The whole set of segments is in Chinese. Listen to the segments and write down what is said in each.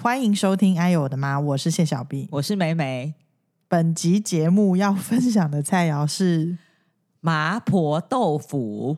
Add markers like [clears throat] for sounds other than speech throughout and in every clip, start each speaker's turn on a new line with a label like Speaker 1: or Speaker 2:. Speaker 1: 欢迎收听《哎呦我的妈》，我是谢小 B。
Speaker 2: 我是梅梅。
Speaker 1: 本集节目要分享的菜肴是
Speaker 2: 麻婆豆腐，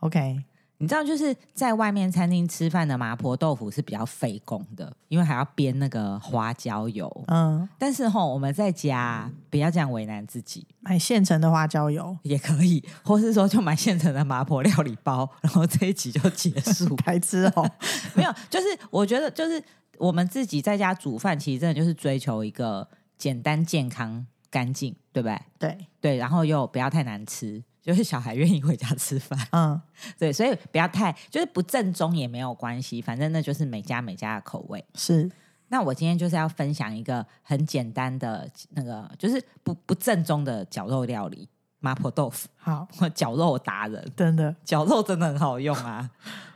Speaker 1: OK，
Speaker 2: 你知道就是在外面餐厅吃饭的麻婆豆腐是比较费工的，因为还要煸那个花椒油。
Speaker 1: 嗯，
Speaker 2: 但是吼，我们在家不要这样为难自己，
Speaker 1: 买现成的花椒油，
Speaker 2: 也可以， [laughs] 或是说就买现成的麻婆料理包， [laughs] 然后这一集就结
Speaker 1: [laughs]。
Speaker 2: 束
Speaker 1: 白痴
Speaker 2: [laughs]
Speaker 1: 哦、
Speaker 2: 没有，就是我觉得就是我们自己在家煮饭，其实真的就是追求一个简单、健康、干净，对不对？
Speaker 1: 对，
Speaker 2: 对，然后又不要太难吃，就是小孩愿意回家吃饭。
Speaker 1: 嗯，
Speaker 2: 对，所以不要太就是不正宗也没有关系，反正那就是每家每家的口味。
Speaker 1: 是
Speaker 2: 那我今天就是要分享一个很简单的那个，就是不不正宗的绞肉料理——麻婆豆腐。
Speaker 1: 好，
Speaker 2: 我绞肉达人，
Speaker 1: 真的
Speaker 2: 绞肉真的很好用
Speaker 1: [laughs]
Speaker 2: 啊。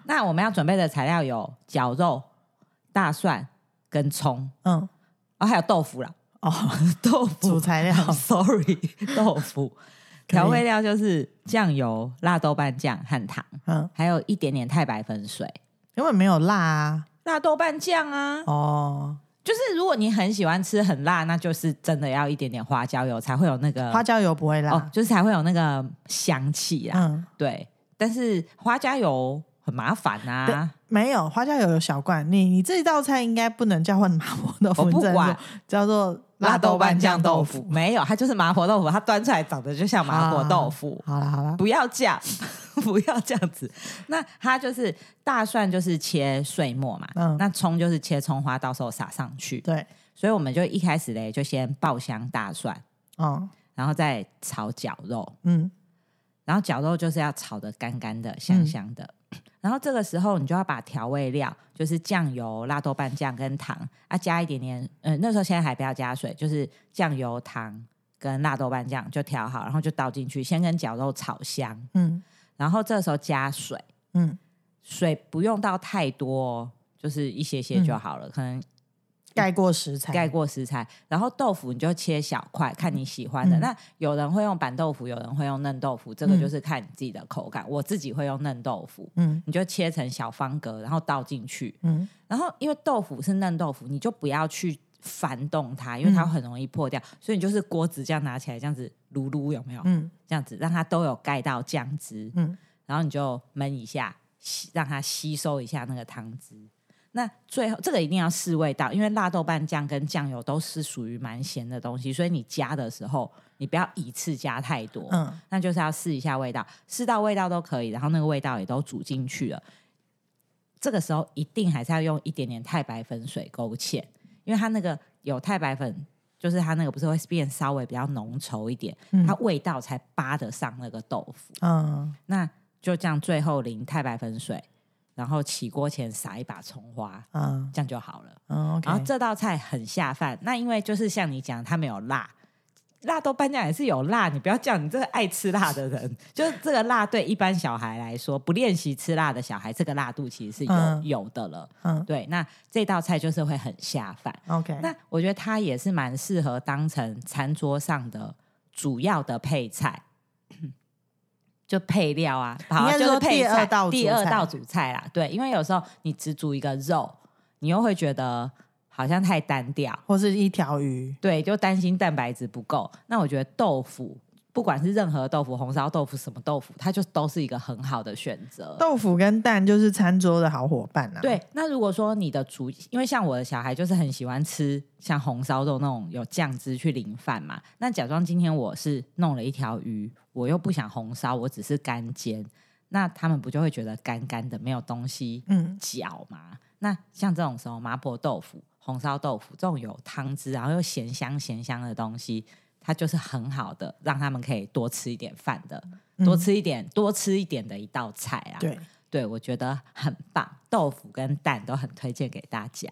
Speaker 2: 那我们要准备的材料有绞肉、大蒜跟葱，
Speaker 1: 嗯，
Speaker 2: 哦，还有豆腐啦， [laughs]
Speaker 1: 哦，
Speaker 2: 豆
Speaker 1: 主
Speaker 2: 腐。
Speaker 1: 材料
Speaker 2: I'm [laughs] sorry，豆腐。
Speaker 1: 以
Speaker 2: 调味料就是酱油、辣豆瓣酱和糖，
Speaker 1: 嗯，
Speaker 2: 还有一点点太白粉水。
Speaker 1: 因为没有辣啊，
Speaker 2: 辣豆瓣酱啊，
Speaker 1: 哦，
Speaker 2: 就是如果你很喜欢吃很辣，那就是真的要一点点花椒油才会有那个
Speaker 1: 花椒油不会辣，
Speaker 2: 哦，就是才会有那个香气啊。
Speaker 1: 嗯，
Speaker 2: 对，但是花椒油很麻烦啊，
Speaker 1: 没有花椒油有小罐，你你这道菜应该不能叫混麻婆豆腐，
Speaker 2: 我不
Speaker 1: 你只能
Speaker 2: 管
Speaker 1: 说叫做腐。
Speaker 2: 没有，它就是麻婆豆腐，它端出来长得就像麻婆豆腐。
Speaker 1: 好了好了，
Speaker 2: 不要这样， [laughs] 不要这样子。那它就是大蒜，就是切碎末嘛。
Speaker 1: 嗯
Speaker 2: 那葱就是切葱花，到时候撒上去。
Speaker 1: 对，
Speaker 2: 所以我们就一开始嘞，就先爆香大蒜，
Speaker 1: 哦，
Speaker 2: 然后再炒绞肉。
Speaker 1: 嗯，
Speaker 2: 然后绞肉就是要炒的干干的、香香的。然后这个时候你就要把调味料，就是酱油、辣豆瓣酱跟糖啊，加一点点。呃，那时候现在还不要加水，就是酱油、糖跟辣豆瓣酱就调好，然后就倒进去，先跟绞肉炒香。
Speaker 1: 嗯
Speaker 2: 然后这时候加水，
Speaker 1: 嗯，
Speaker 2: 水不用到太多、哦，就是一些些就好了，可能
Speaker 1: 盖过食材，
Speaker 2: 盖过食材，然后豆腐你就切小块，看你喜欢的。
Speaker 1: 嗯
Speaker 2: 那有人会用板豆腐，有人会用嫩豆腐，这个
Speaker 1: 嗯
Speaker 2: 就是看你自己的口感。我自己会用嫩豆腐，
Speaker 1: 嗯
Speaker 2: 你就切成小方格，然后倒进去。
Speaker 1: 嗯
Speaker 2: 然后因为豆腐是嫩豆腐，你就不要去翻动它，因为它
Speaker 1: 嗯
Speaker 2: 很容易破掉。所以你就是锅子这样拿起来，这样子撸撸有没有？
Speaker 1: 嗯
Speaker 2: 这样子让它都有盖到酱汁，
Speaker 1: 嗯，
Speaker 2: 然后你就焖一下，吸让它吸收一下那个汤汁。那最后这个一定要试味道，因为辣豆瓣酱跟酱油都是属于蛮咸的东西，所以你加的时候你不要一次加太多，
Speaker 1: 嗯，
Speaker 2: 那就是要试一下味道，试到味道都可以，然后那个味道也都煮进去了。这个时候一定还是要用一点点太白粉水勾芡，因为它那个有太白粉，就是它那个不是会变稍微比较浓稠一点，
Speaker 1: 嗯
Speaker 2: 它味道才扒得上那个豆腐。
Speaker 1: 嗯，
Speaker 2: 那就这样，最后淋太白粉水，然后起锅前撒一把葱花，
Speaker 1: 嗯
Speaker 2: 这样就好了。
Speaker 1: 嗯，OK，
Speaker 2: 然后这道菜很下饭，那因为就是像你讲，它没有辣，辣豆瓣酱也是有辣，你不要叫你这个爱吃辣的人，就是这个辣对一般小孩来说，不练习吃辣的小孩，这个辣度其实是有、
Speaker 1: 嗯
Speaker 2: 有的了。
Speaker 1: 嗯
Speaker 2: 对，那这道菜就是会很下饭。
Speaker 1: ，OK，
Speaker 2: 那我觉得它也是蛮适合当成餐桌上的主要的配菜， [clears throat] 就配料啊，好
Speaker 1: 应该
Speaker 2: 就
Speaker 1: 说
Speaker 2: 是配
Speaker 1: 第
Speaker 2: 菜
Speaker 1: 二道
Speaker 2: 第
Speaker 1: 主
Speaker 2: 二
Speaker 1: 菜
Speaker 2: 道主菜啦。对，因为有时候你只煮一个肉，你又会觉得好像太单调，
Speaker 1: 或是一条鱼，
Speaker 2: 对，就担心蛋白质不够。那我觉得豆腐。不管是任何豆腐，红烧豆腐、什么豆腐，它就都是一个很好的选择。
Speaker 1: 豆腐跟蛋就是餐桌的好伙伴啊。，
Speaker 2: 对，那如果说你的主，因为像我的小孩就是很喜欢吃像红烧肉那种有酱汁去淋饭嘛。那假装今天我是弄了一条鱼，我又不想红烧，我只是干煎，那他们不就会觉得干干的没有东西
Speaker 1: 嗯
Speaker 2: 搅嘛？那像这种时候，麻婆豆腐、红烧豆腐这种有汤汁，然后又咸香咸香的东西，它就是很好的让他们可以多吃一点饭的，多
Speaker 1: 嗯
Speaker 2: 吃一点、多吃一点的一道菜啊。
Speaker 1: 对
Speaker 2: 对，我觉得很棒，豆腐跟蛋都很推荐给大家，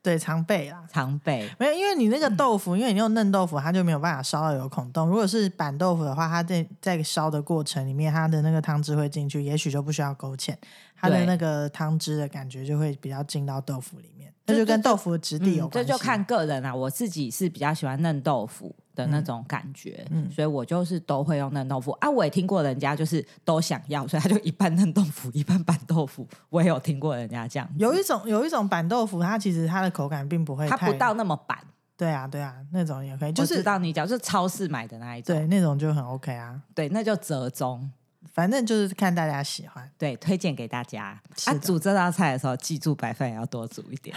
Speaker 1: 对，常备啦。
Speaker 2: 常备。
Speaker 1: 没有，因为你那个豆腐，因为你用嫩豆腐，它就没有办法烧到有孔洞。如果是板豆腐的话，它在在烧的过程里面，它的那个汤汁会进去，也许就不需要勾芡，它的
Speaker 2: 对
Speaker 1: 那个汤汁的感觉就会比较进到豆腐里面。
Speaker 2: 这
Speaker 1: 这就跟
Speaker 2: 这
Speaker 1: 豆腐的质地有
Speaker 2: 嗯
Speaker 1: 关
Speaker 2: 这
Speaker 1: 系。
Speaker 2: 就看个人啦、我自己是比较喜欢嫩豆腐，的那种感觉，
Speaker 1: 嗯
Speaker 2: 所以我就是都会用嫩豆腐啊。我也听过人家就是都想要，所以他就一半嫩豆腐，一半板豆腐。我也有听过人家这样，
Speaker 1: 有一种有一种板豆腐，它其实它的口感并不会
Speaker 2: 它
Speaker 1: 太
Speaker 2: 不到那么板，
Speaker 1: 对啊对啊，那种也可以，
Speaker 2: 就
Speaker 1: 就是是
Speaker 2: 知道你讲就是超市买的那一种，
Speaker 1: 对那种就很 OK 啊，
Speaker 2: 对，那就折中。
Speaker 1: 反正就是看大家喜欢。
Speaker 2: 对，推荐给大家。
Speaker 1: 是
Speaker 2: 啊，
Speaker 1: 的
Speaker 2: 煮这道菜的时候，记住白饭也要多煮一点。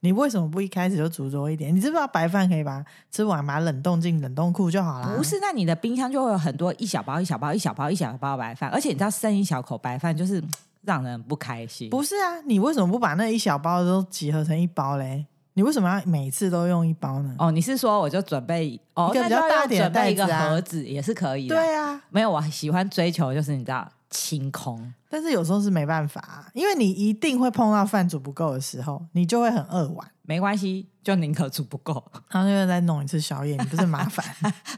Speaker 1: 你为什么不一开始就煮多一点？你知不知道白饭可以把它吃完，把它冷冻进冷冻库就好啦。
Speaker 2: 不，是，那你的冰箱就会有很多一小包、一小包、一小包、一小包白饭，而且你知道剩一小口白饭就是嗯让人不开心。
Speaker 1: 不是啊，你为什么不把那一小包都集合成一包嘞？你为什么要每次都用一包呢？
Speaker 2: 哦，你是说我就准备哦，
Speaker 1: 一个比
Speaker 2: 那就
Speaker 1: 较大
Speaker 2: 要
Speaker 1: 一点的
Speaker 2: 准备一个
Speaker 1: 袋子啊
Speaker 2: 盒子也是可以的。
Speaker 1: 对啊，
Speaker 2: 没有，我喜欢追求就是你知道清空，
Speaker 1: 但是有时候是没办法、啊，因为你一定会碰到饭煮不够的时候，你就会很饿完，
Speaker 2: 没关系，就宁可煮不够， [laughs]
Speaker 1: 然后又再弄一次宵夜，你不是麻烦？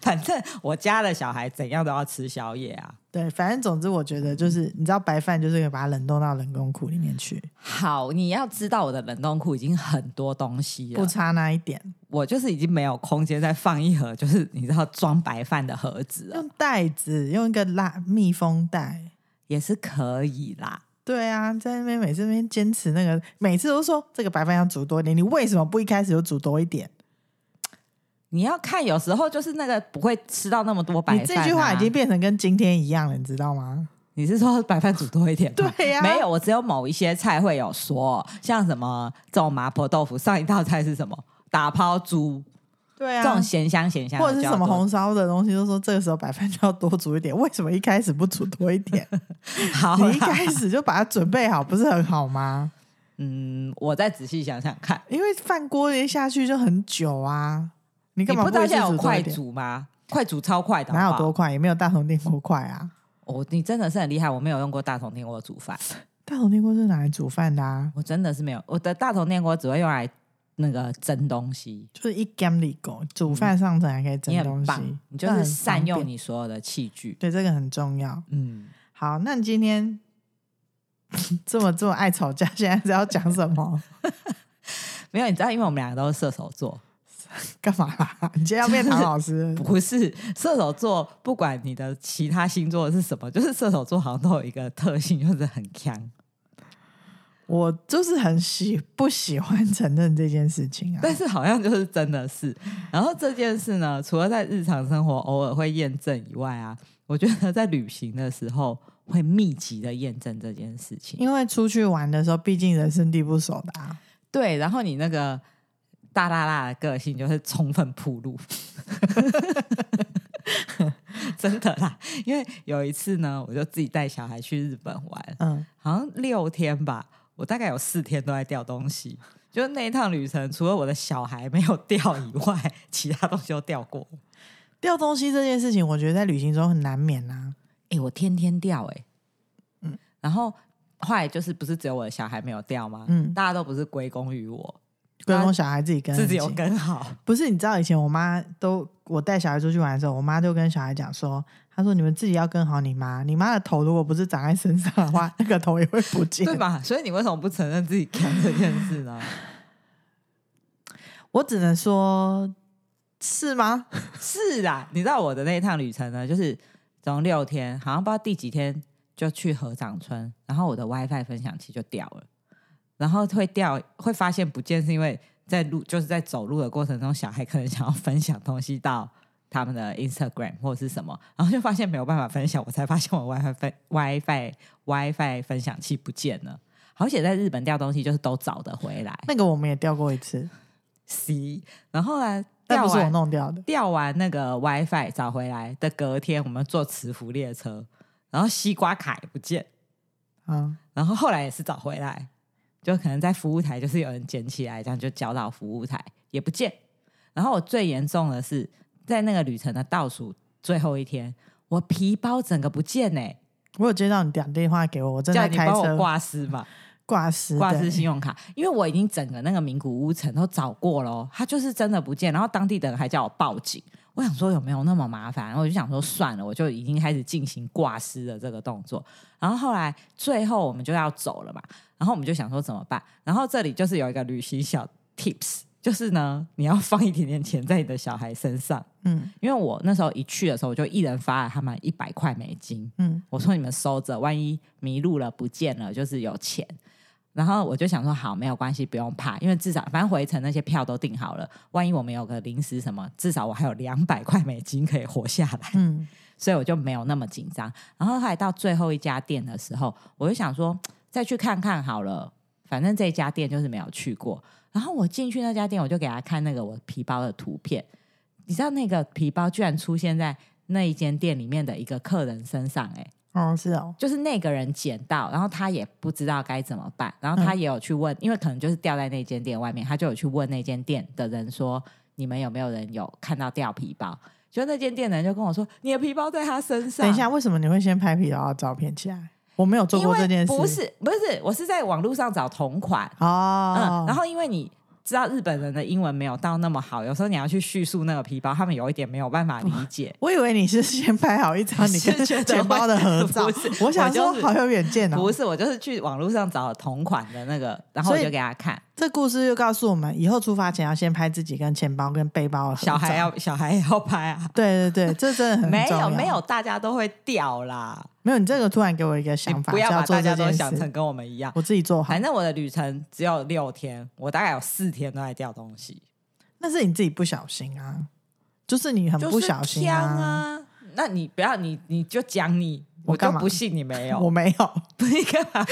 Speaker 2: 反正我家的小孩怎样都要吃宵夜啊。
Speaker 1: 对，反正总之我觉
Speaker 2: 嗯
Speaker 1: 得就是，你知道白饭就是可以把它冷冻到冷冻库里面去，
Speaker 2: 好，你要知道我的冷冻库已经很多东西了
Speaker 1: 不，差那一点。
Speaker 2: 我就是已经没有空间再放一盒，就是你知道装白饭的盒子了，
Speaker 1: 用袋子，用一个拉密封袋。
Speaker 2: 也是可以啦。
Speaker 1: 对啊，在那边每次那边坚持那个，每次都说这个白饭要煮多一点，你为什么不一开始就煮多一点？
Speaker 2: 你要看，有时候就是那个不会吃到那么多白饭、啊
Speaker 1: 你这句话已经，变成跟今天一样了，你知道吗？
Speaker 2: 你是说白饭煮多一点吗？
Speaker 1: [laughs] 对呀
Speaker 2: 没有，我只有某一些菜会有说，像什么这种麻婆豆腐，上一道菜是什么打抛猪，
Speaker 1: 对
Speaker 2: 这
Speaker 1: 啊，
Speaker 2: 种咸香咸香的
Speaker 1: 或者是
Speaker 2: 就要
Speaker 1: 什么
Speaker 2: 多
Speaker 1: 红烧的东西，就说这个时候白饭就要多煮一点。为什么一开始不煮多一点？
Speaker 2: [laughs] 好啊
Speaker 1: 你一
Speaker 2: 啦，
Speaker 1: 开始就把它准备好，不是很好吗？
Speaker 2: 嗯，我再仔细想想看，
Speaker 1: 因为饭锅一下去就很久啊，你干嘛
Speaker 2: 不知道
Speaker 1: 一次
Speaker 2: 现在有
Speaker 1: 煮多
Speaker 2: 快
Speaker 1: 一点？
Speaker 2: 煮吗？快煮超快的好不
Speaker 1: 哪
Speaker 2: 好，
Speaker 1: 有多快？也没有大同电锅快啊！
Speaker 2: 我、你真的是很厉害，我没有用过大同电锅煮饭，
Speaker 1: 大同电锅是拿来煮饭的啊，
Speaker 2: 我真的是没有，我的大同电锅只会用来那个蒸东西。
Speaker 1: 就是一 gam 里狗煮饭上层还可以
Speaker 2: 你
Speaker 1: 蒸东
Speaker 2: 很
Speaker 1: 西
Speaker 2: 棒，，你就
Speaker 1: 这
Speaker 2: 是
Speaker 1: 很
Speaker 2: 善
Speaker 1: 方便
Speaker 2: 用，你所有的器具。
Speaker 1: 对这个很重要。
Speaker 2: 嗯，
Speaker 1: 好，那你今天 [laughs] 这么这么爱吵架，现在是要讲什么？ [laughs]
Speaker 2: 没有，你知道，因为我们两个都是射手座， [laughs]
Speaker 1: 干嘛啦？你今天要变唐老师？
Speaker 2: 不是射手座，不管你的其他星座是什么，就是射手座好像都有一个特性，就是很
Speaker 1: [laughs]
Speaker 2: 强。
Speaker 1: 我就是很喜不喜欢承认这件事情啊。
Speaker 2: 但是好像就是真的是。然后这件事呢，除了在日常生活偶尔会验证以外啊，我觉得在旅行的时候会密集的验证这件事情。
Speaker 1: 因为出去玩的时候，毕竟人生地不熟的啊，
Speaker 2: 对，然后你那个大辣辣的个性就是充分铺路，真的啦。因为有一次呢，我就自己带小孩去日本玩，
Speaker 1: 嗯，
Speaker 2: 好像六天吧，我大概有四天都在掉东西。就是那一趟旅程，除了我的小孩没有掉以外，其他东西都掉过。
Speaker 1: 掉东西这件事情，我觉得在旅行中很难免啊。
Speaker 2: 哎、我天天掉哎、嗯，然后后来就是不是只有我的小孩没有掉吗？
Speaker 1: 嗯
Speaker 2: 大家都不是归功于我，
Speaker 1: 归功小孩自己跟
Speaker 2: 自己有
Speaker 1: 很紧
Speaker 2: 跟好。
Speaker 1: 不是，你知道以前我妈都，我带小孩出去玩的时候，我妈就跟小孩讲说，她说你们自己要跟好你妈，你妈的头如果不是长在身上的话，那 [laughs] 个头也会不见。
Speaker 2: 对吧？所以你为什么不承认自己扛这件事呢？
Speaker 1: 我只能说，是吗？ [laughs]
Speaker 2: 是啊，你知道我的那一趟旅程呢，就是总共六天，好像不知道第几天就去合掌村，然后我的 WiFi 分享器就掉了，然后会掉，会发现不见是因为在路，就是在走路的过程中，小孩可能想要分享东西到。他们的 Instagram 或者是什么，然后就发现没有办法分享，我才发现我 WiFi 分 WiFi WiFi 分享器不见了。好险在日本掉东西就是都找得回来，
Speaker 1: 那个我们也掉过一次，
Speaker 2: C，然后呢，
Speaker 1: 但
Speaker 2: 调
Speaker 1: 不是我
Speaker 2: 完
Speaker 1: 弄掉的。
Speaker 2: 调完那个 WiFi 找回来的隔天，我们坐磁浮列车，然后西瓜卡也不见，
Speaker 1: 嗯，
Speaker 2: 然后后来也是找回来，就可能在服务台就是有人捡起来，这样就交到服务台也不见。然后我最严重的是在那个旅程的倒数最后一天，我皮包整个不见呢、
Speaker 1: 我有接到你打电话给我，我正
Speaker 2: 叫
Speaker 1: 在
Speaker 2: 你
Speaker 1: 开
Speaker 2: 帮
Speaker 1: 车
Speaker 2: 我挂失嘛。
Speaker 1: 挂失
Speaker 2: 挂
Speaker 1: 嗯对
Speaker 2: 失信用卡，因为我已经整个那个名古屋城都找过咯，他就是真的不见，然后当地的人还叫我报警。我想说有没有那么麻烦，然后我就想说算了，我就已经开始进行挂失的这个动作。然后后来最后我们就要走了嘛，然后我们就想说怎么办？然后这里就是有一个旅行小 tips，就是呢，你要放一点点钱在你的小孩身上，
Speaker 1: 嗯
Speaker 2: 因为我那时候一去的时候，我就一人发了他们一百块美金，
Speaker 1: 嗯
Speaker 2: 我说你们收着，万一迷路了不见了，就是有钱。然后我就想说，好，没有关系，不用怕，因为至少反正回程那些票都订好了，万一我们有个临时什么，至少我还有两百块美金可以活下来。 [laughs]
Speaker 1: 嗯
Speaker 2: 所以我就没有那么紧张。然后后来到最后一家店的时候，我就想说再去看看好了，反正这家店就是没有去过。然后我进去那家店，我就给他看那个我皮包的图片，你知道那个皮包居然出现在那一间店里面的一个客人身上、欸，
Speaker 1: 哦是哦，
Speaker 2: 就是那个人捡到，然后他也不知道该怎么办，然后他
Speaker 1: 嗯
Speaker 2: 也有去问，因为可能就是掉在那间店外面，他就有去问那间店的人说，你们有没有人有看到掉皮包？就那间店的人就跟我说，你的皮包在他身上。
Speaker 1: 等一下，为什么你会先拍皮劳的照片起来？我没有做
Speaker 2: 啊因
Speaker 1: 过
Speaker 2: 为
Speaker 1: 这件事，
Speaker 2: 不是不是，我是在网络上找同款，
Speaker 1: 哦
Speaker 2: 嗯，，然后因为你。知道日本人的英文没有到那么好，有时候你要去叙述那个皮包，他们有一点没有办法理解。
Speaker 1: 哦我以为你是先拍好一张你跟
Speaker 2: 是觉
Speaker 1: [laughs]
Speaker 2: 得
Speaker 1: 钱包的合照
Speaker 2: 会不，是
Speaker 1: 我想
Speaker 2: 我就
Speaker 1: 说
Speaker 2: 是
Speaker 1: 好有远见哦
Speaker 2: 不。是，我就是去网络上找同款的那个，然后我
Speaker 1: 所以
Speaker 2: 就给他
Speaker 1: [laughs]
Speaker 2: 看。
Speaker 1: 这故事又告诉我们，以后出发前要先拍自己跟钱包跟背包的合照。
Speaker 2: 小孩要小孩也要拍啊，
Speaker 1: [laughs] 对对对，这真的很
Speaker 2: 没
Speaker 1: 重要
Speaker 2: 有没有，大家都会掉啦。
Speaker 1: 没有，你这个突然给我一个
Speaker 2: 你
Speaker 1: 想法，
Speaker 2: 不要把
Speaker 1: 是做
Speaker 2: 大
Speaker 1: 这
Speaker 2: 家都
Speaker 1: 件
Speaker 2: 想成
Speaker 1: 事，
Speaker 2: 跟我们一样。
Speaker 1: 我自己做好
Speaker 2: 反。正我的旅程只有六天，我大概有四天都在掉东西，
Speaker 1: 那是你自己不小心啊，就是你很
Speaker 2: 就是
Speaker 1: 不小心
Speaker 2: 呛啊。那你不要你你就讲你，
Speaker 1: 我
Speaker 2: 我就
Speaker 1: 干嘛
Speaker 2: 不信你没有。 [laughs]
Speaker 1: 我没有，
Speaker 2: 不干嘛？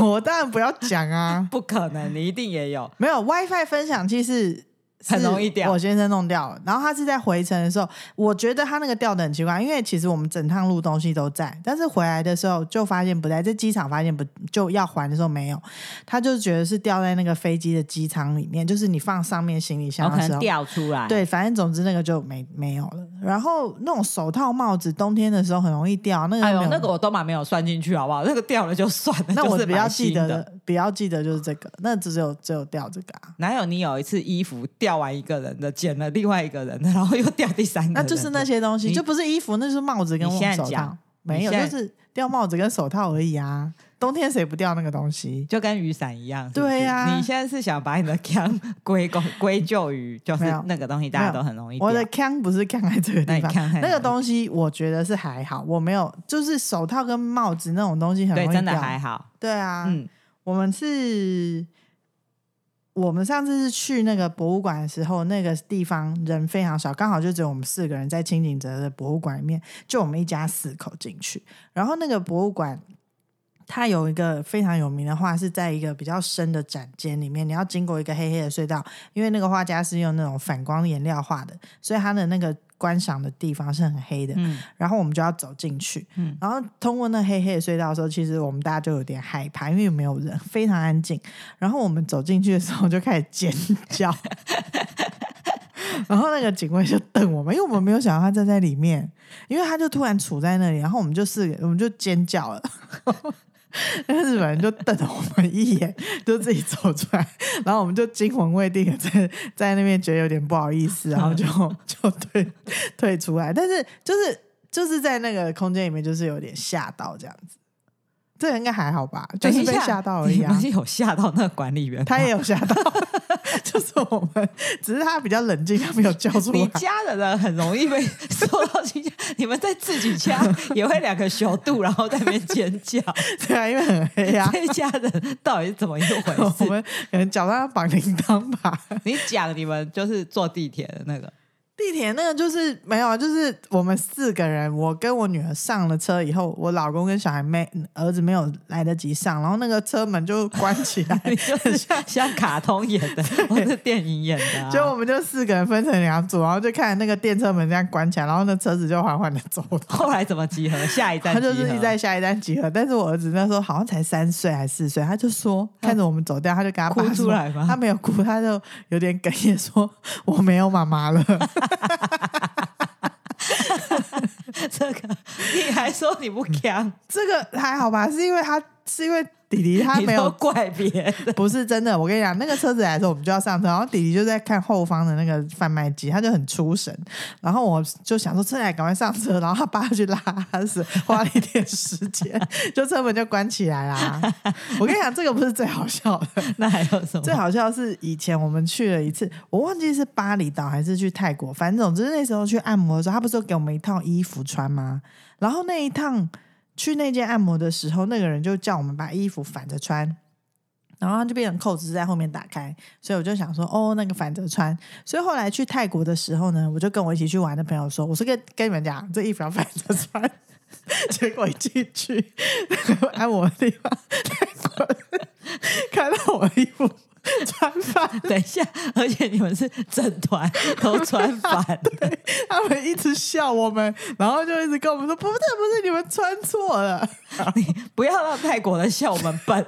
Speaker 1: 我当然不要讲啊。
Speaker 2: 不可能，你一定也
Speaker 1: [laughs]
Speaker 2: 有。
Speaker 1: 没有 WiFi 分享器是。
Speaker 2: 很
Speaker 1: 是
Speaker 2: 容易掉
Speaker 1: 我先生弄掉了。然后他是在回程的时候，我觉得他那个掉的很奇怪，因为其实我们整趟路东西都在，但是回来的时候就发现不在，在机场发现不就要还的时候没有，他就觉得是掉在那个飞机的机舱里面，就是你放上面行李
Speaker 2: 然
Speaker 1: 箱
Speaker 2: 后哦
Speaker 1: 的
Speaker 2: 可
Speaker 1: 时
Speaker 2: 能
Speaker 1: 候，
Speaker 2: 掉出来。，
Speaker 1: 对，反正总之那个就没没有了。然后那种手套、帽子，冬天的时候很容易掉，那个
Speaker 2: 哎
Speaker 1: 没
Speaker 2: 呦
Speaker 1: 有，
Speaker 2: 那个我都蛮没有算进去，好不好？那个掉了就算了。
Speaker 1: [laughs] 那
Speaker 2: 就
Speaker 1: 我
Speaker 2: 是
Speaker 1: 比
Speaker 2: 买
Speaker 1: 较记
Speaker 2: 新
Speaker 1: 得
Speaker 2: 的。
Speaker 1: 的，比较记得就是这个，那只有只有掉这个啊。
Speaker 2: 哪有你有一次衣服掉完一个人的，捡了另外一个人的，然后又掉第三个人
Speaker 1: [laughs]
Speaker 2: 的？
Speaker 1: 那就是那些东西，
Speaker 2: 你
Speaker 1: 就不是衣服，那就是帽子跟
Speaker 2: 你现在
Speaker 1: 手套
Speaker 2: 讲。
Speaker 1: 没有，
Speaker 2: 你现
Speaker 1: 就
Speaker 2: 在
Speaker 1: 是掉帽子跟手套而已啊。冬天谁不掉那个东西？
Speaker 2: 就跟雨伞一样。是不是
Speaker 1: 对啊呀
Speaker 2: 你现在是想把你的枪归功归咎于就是
Speaker 1: 没有
Speaker 2: 那个东西，大家都很容易掉
Speaker 1: 我的 can 不是 can 在这个
Speaker 2: 那
Speaker 1: 地
Speaker 2: 你
Speaker 1: 方，
Speaker 2: 看看
Speaker 1: 那个东西我觉得是还好，我没有，就是手套跟帽子那种东西很容
Speaker 2: 对
Speaker 1: 易掉。
Speaker 2: 真的还好。
Speaker 1: 对啊，
Speaker 2: 嗯，
Speaker 1: 我们是，我们上次是去那个博物馆的时候，那个地方人非常少，刚好就只有我们四个人在清景泽的博物馆里面，就我们一家四口进去。然后那个博物馆，它有一个非常有名的画，是在一个比较深的展间里面，你要经过一个黑黑的隧道，因为那个画家是用那种反光颜料画的，所以它的那个观赏的地方是很黑的。
Speaker 2: 嗯
Speaker 1: 然后我们就要走进去，
Speaker 2: 嗯
Speaker 1: 然后通过那黑黑的隧道的时候，其实我们大家就有点害怕，因为没有人，非常安静。然后我们走进去的时候就开始尖叫， [laughs] 然后那个警卫就瞪我们，因为我们没有想到他站在里面，因为他就突然杵在那里，然后我们就四个，我们就尖叫了。 [laughs] 那个日本人就瞪了我们一眼，就自己走出来，然后我们就惊魂未定，在在那边觉得有点不好意思，然后就
Speaker 2: 嗯
Speaker 1: [laughs] 就退退出来。但是就是就是在那个空间里面，就是有点吓到这样子。这个应该还好吧，就是被
Speaker 2: 等一下
Speaker 1: 吓到而已
Speaker 2: 你
Speaker 1: 啊
Speaker 2: 不。是有吓到那个管理员吗？
Speaker 1: 他
Speaker 2: [laughs]
Speaker 1: 也有吓 [laughs] 到，就是我们，只是他比较冷静，他没有叫出
Speaker 2: 你
Speaker 1: 来。
Speaker 2: 家的人很容易被受到惊吓， [laughs] 你们在自己家也会两个小度，然后在那边尖叫，
Speaker 1: [laughs] 对啊，因为很黑 [laughs] 啊，
Speaker 2: 这一家人到底是怎么一回
Speaker 1: [laughs] 我
Speaker 2: 事？
Speaker 1: 们可能脚上绑铃铛吧。
Speaker 2: 你讲你们就是坐地铁的那个，，
Speaker 1: [laughs] 地铁那个就是没有，啊，就是我们四个人，我跟我女儿上了车以后，我老公跟小孩妹儿子没有来得及上，然后那个车门就关起来 [laughs]
Speaker 2: 你就是像像卡通演的或是电影演的、啊，
Speaker 1: 就我们就四个人分成两组，然后就看那个电车门这样关起来，然后那车子就缓缓的走了。
Speaker 2: 后来怎么集合？下一站
Speaker 1: 他
Speaker 2: 集合，
Speaker 1: 就是一直在下一站集合，但是我儿子那时候好像才三岁还是四岁，他就说看着我们走掉，他就跟他爸
Speaker 2: 哦哭出
Speaker 1: 说
Speaker 2: 来吗
Speaker 1: 他没有哭，他就有点哽咽说：“我没有妈妈
Speaker 2: [laughs]
Speaker 1: 了。
Speaker 2: 这个，你还说你不强，” [laughs]
Speaker 1: 这个还好吧，是因为他是因为弟弟他
Speaker 2: 你
Speaker 1: 没
Speaker 2: 都
Speaker 1: 有
Speaker 2: 怪别人，
Speaker 1: 不是真的，我跟你讲，那个车子来的时候，我们就要上车，然后弟弟就在看后方的那个贩卖机，他就很出神，然后我就想说，车来赶快上车，然后他爸去拉他屎，花了一点时间， [laughs] 就车门就关起来啦。我跟你讲，这个不是最好笑的，
Speaker 2: [laughs] 那还有什么？
Speaker 1: 最好笑是以前我们去了一次，我忘记是巴厘岛还是去泰国，反正总之那时候去按摩的时候，他不是有给我们一套衣服穿吗？然后那一趟去那间按摩的时候，那个人就叫我们把衣服反着穿。然后他就变成扣子在后面打开，所以我就想说，哦，那个反着穿。所以后来去泰国的时候呢，我就跟我一起去玩的朋友说，我是跟跟你们讲，这衣服要反着穿。 [laughs] 结果一进去 [laughs] 那个按摩的地方，泰国人看到我的衣服 [laughs] 穿反了，
Speaker 2: 等一下，而且你们是整团都穿反 [laughs] 的，
Speaker 1: 他们一直笑我们，然后就一直跟我们说：“不是不是，你们穿错了。
Speaker 2: 不要让泰国人笑我们笨。”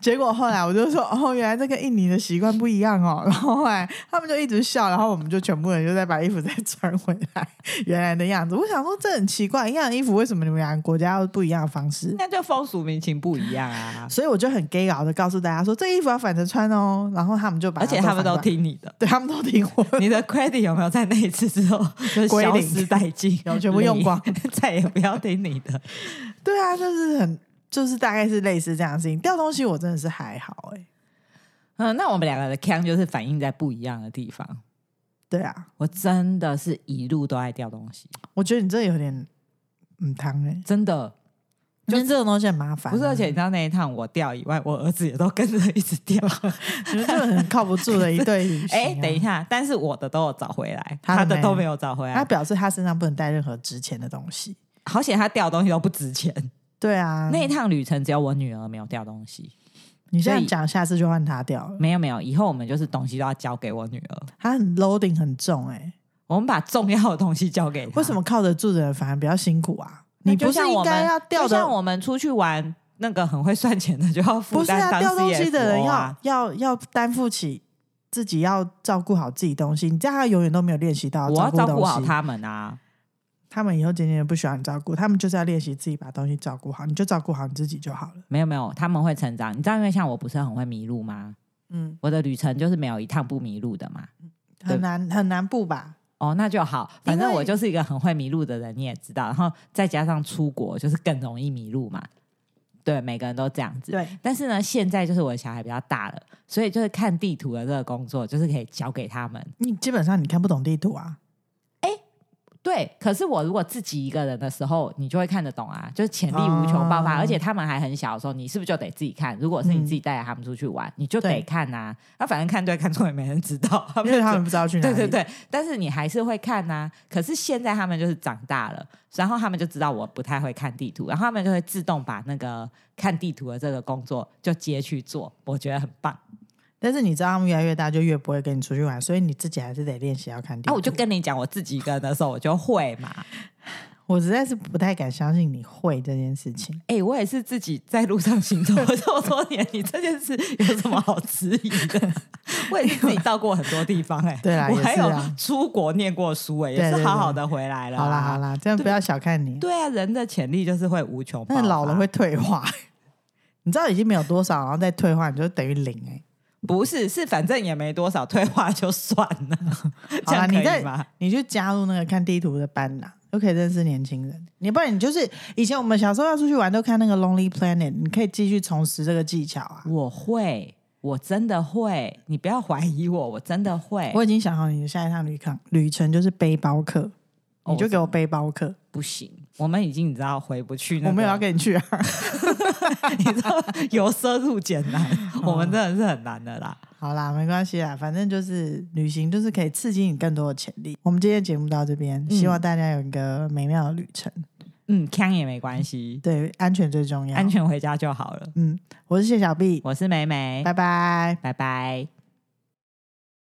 Speaker 1: 结果后来我就说：“哦，原来这跟印尼的习惯不一样哦。”然后后来他们就一直笑，然后我们就全部人就再把衣服再穿回来原来的样子。我想说这很奇怪，一样的衣服为什么你们两个国家要不一样的方式？
Speaker 2: 那就风俗民情不一样 [laughs] 啊，
Speaker 1: [laughs] 所以我就很 gay 佬的 [laughs] 告诉大家说：“这衣服要反着穿哦。”然后他们就把它
Speaker 2: 而且他们
Speaker 1: [laughs] 反
Speaker 2: 都
Speaker 1: 过来，
Speaker 2: 听你的。
Speaker 1: 对他们都听我的。
Speaker 2: 你的 credit 有没有在那一次之后就
Speaker 1: 归
Speaker 2: 消
Speaker 1: 零
Speaker 2: 失殆尽？
Speaker 1: 有全部用
Speaker 2: [laughs]
Speaker 1: 光，
Speaker 2: 再也不要听你的。
Speaker 1: 对啊，就是很就是大概是类似这样的事情。掉东西我真的是还好哎、
Speaker 2: 嗯， [laughs] 那我们两个的 can 就是反映在不一样的地方。
Speaker 1: 对啊，
Speaker 2: 我真的是一路都爱掉东西，
Speaker 1: 我觉得你这有点嗯汤哎、
Speaker 2: 真的
Speaker 1: 就这种东西很麻烦啊、
Speaker 2: 不是。而且你知道那一趟我掉以外，我儿子也都跟着一直掉。
Speaker 1: 你们这很靠不住的一
Speaker 2: [laughs]
Speaker 1: 对旅行、啊。
Speaker 2: 哎，等一，下，但是我的都有找回来，
Speaker 1: 他的
Speaker 2: 他的
Speaker 1: 没
Speaker 2: 都
Speaker 1: 有
Speaker 2: 没有找回
Speaker 1: 他
Speaker 2: 来。
Speaker 1: 表示他身上不能带任何值钱的东西。
Speaker 2: 好险，他掉的东西都不值钱。
Speaker 1: 对啊，
Speaker 2: 那一趟旅程只有我女儿没有掉东西，
Speaker 1: 你这
Speaker 2: 所
Speaker 1: 样
Speaker 2: 以
Speaker 1: 讲，下次就换他掉了。
Speaker 2: 没有没有，以后我们就是东西都要交给我女儿，
Speaker 1: 他很 loading 很重哎、
Speaker 2: 我们把重要的东西交给她。
Speaker 1: 为什么靠得住的人反而比较辛苦啊？
Speaker 2: 那
Speaker 1: 你
Speaker 2: 就
Speaker 1: 不是
Speaker 2: 像我
Speaker 1: 应
Speaker 2: 们
Speaker 1: 该要掉
Speaker 2: 就
Speaker 1: 的
Speaker 2: 像，我们出去玩，那个很会算钱的就要负
Speaker 1: 不是
Speaker 2: [laughs] 担
Speaker 1: 啊？
Speaker 2: 当
Speaker 1: 掉东西的人
Speaker 2: CFO
Speaker 1: 要、
Speaker 2: 啊
Speaker 1: 要要担负起自己要照顾好自己东西，你这样他永远都没有练习到
Speaker 2: 我要照
Speaker 1: 东
Speaker 2: 顾好
Speaker 1: 西
Speaker 2: 他们啊。
Speaker 1: 他们以后渐渐地不需要你照顾，他们就是要练习自己把东西照顾好，你就照顾好你自己就好了。
Speaker 2: 没有没有，他们会成长。你知道，因为像我不是很会迷路吗？
Speaker 1: 嗯，
Speaker 2: 我的旅程就是没有一趟不迷路的嘛。对
Speaker 1: 很难很难不吧？
Speaker 2: 哦，那就好，反
Speaker 1: 因
Speaker 2: 正
Speaker 1: 为
Speaker 2: 我就是一个很会迷路的人，你也知道。然后再加上出国，就是更容易迷路嘛。对，每个人都这样子。
Speaker 1: 对，
Speaker 2: 但是呢，现在就是我的小孩比较大了，所以就是看地图的这个工作，就是可以交给他们。
Speaker 1: 你基本上你看不懂地图啊，
Speaker 2: 对，可是我如果自己一个人的时候，你就会看得懂啊，就是潜力无穷爆发，
Speaker 1: 哦嗯
Speaker 2: 而且他们还很小的时候，你是不是就得自己看？如果是你自己带着他们出去玩，你就得
Speaker 1: 对
Speaker 2: 看啊。那反正看对看错也没人知
Speaker 1: [laughs]
Speaker 2: 道，他
Speaker 1: 因
Speaker 2: 们
Speaker 1: 为
Speaker 2: 就
Speaker 1: 他们不知道去哪
Speaker 2: 哦对
Speaker 1: 里。
Speaker 2: 对对，但是你还是会看呐、可是现在他们就是长大了，然后他们就知道我不太会看地图，然后他们就会自动把那个看地图的这个工作就接去做，我觉得很棒。
Speaker 1: 但是你知道他们越来越大，就越不会跟你出去玩，所以你自己还是得练习要看地
Speaker 2: 啊，
Speaker 1: 图。
Speaker 2: 我就跟你讲，我自己一个人的时候我就会嘛。
Speaker 1: 我实在是不太敢相信你会这件事情。
Speaker 2: 哎、我也是自己在路上行走这么多年，你这件事有什么好质疑的？ [laughs] 我也是自己到过很多地方、哎，
Speaker 1: 对啦
Speaker 2: 我
Speaker 1: 也
Speaker 2: 还
Speaker 1: 是
Speaker 2: 有
Speaker 1: 啊
Speaker 2: 出国念过书、哎，也
Speaker 1: 对
Speaker 2: 是
Speaker 1: 对
Speaker 2: 好
Speaker 1: 对
Speaker 2: 好的回来了、
Speaker 1: 好啦好，啦，这样不要小看你，
Speaker 2: 啊对啊，人的潜力就是会无穷。
Speaker 1: 那老了会退化。 [laughs] 你知道已经没有多少，然后再退化，你就等于零哎、
Speaker 2: 不是，是反正也没多少，退化就算了。这
Speaker 1: 好啦
Speaker 2: 样可
Speaker 1: 你
Speaker 2: 以
Speaker 1: 再
Speaker 2: 吗？
Speaker 1: 你去加入那个看地图的班啦、就可以认识年轻人。你不然你就是以前我们小时候要出去玩都看那个 Lonely Planet，你可以继续重拾这个技巧啊。
Speaker 2: 我会，我真的会，你不要怀疑我，我真的会。
Speaker 1: 我已经想好你的下一趟旅程，旅程就是背包客，
Speaker 2: 哦
Speaker 1: 你就给我背包客，
Speaker 2: 不行，我们已经你知道回不去、那个
Speaker 1: 我没有要跟你去啊。 [laughs]
Speaker 2: 你嗯知道由奢入俭 [laughs] 难，我们真的是很难的啦。
Speaker 1: 好啦，没关系啦，反正就是旅行就是可以刺激你更多的潜力。我们今天节目到这边，希望大家有一个美妙的旅程，
Speaker 2: 嗯，呛也没关系，
Speaker 1: 对，安全最
Speaker 2: 啊
Speaker 1: 重要。
Speaker 2: 安，全回家就好了。
Speaker 1: 嗯，我是谢小碧，
Speaker 2: 我是美美，
Speaker 1: 拜拜。
Speaker 2: 拜拜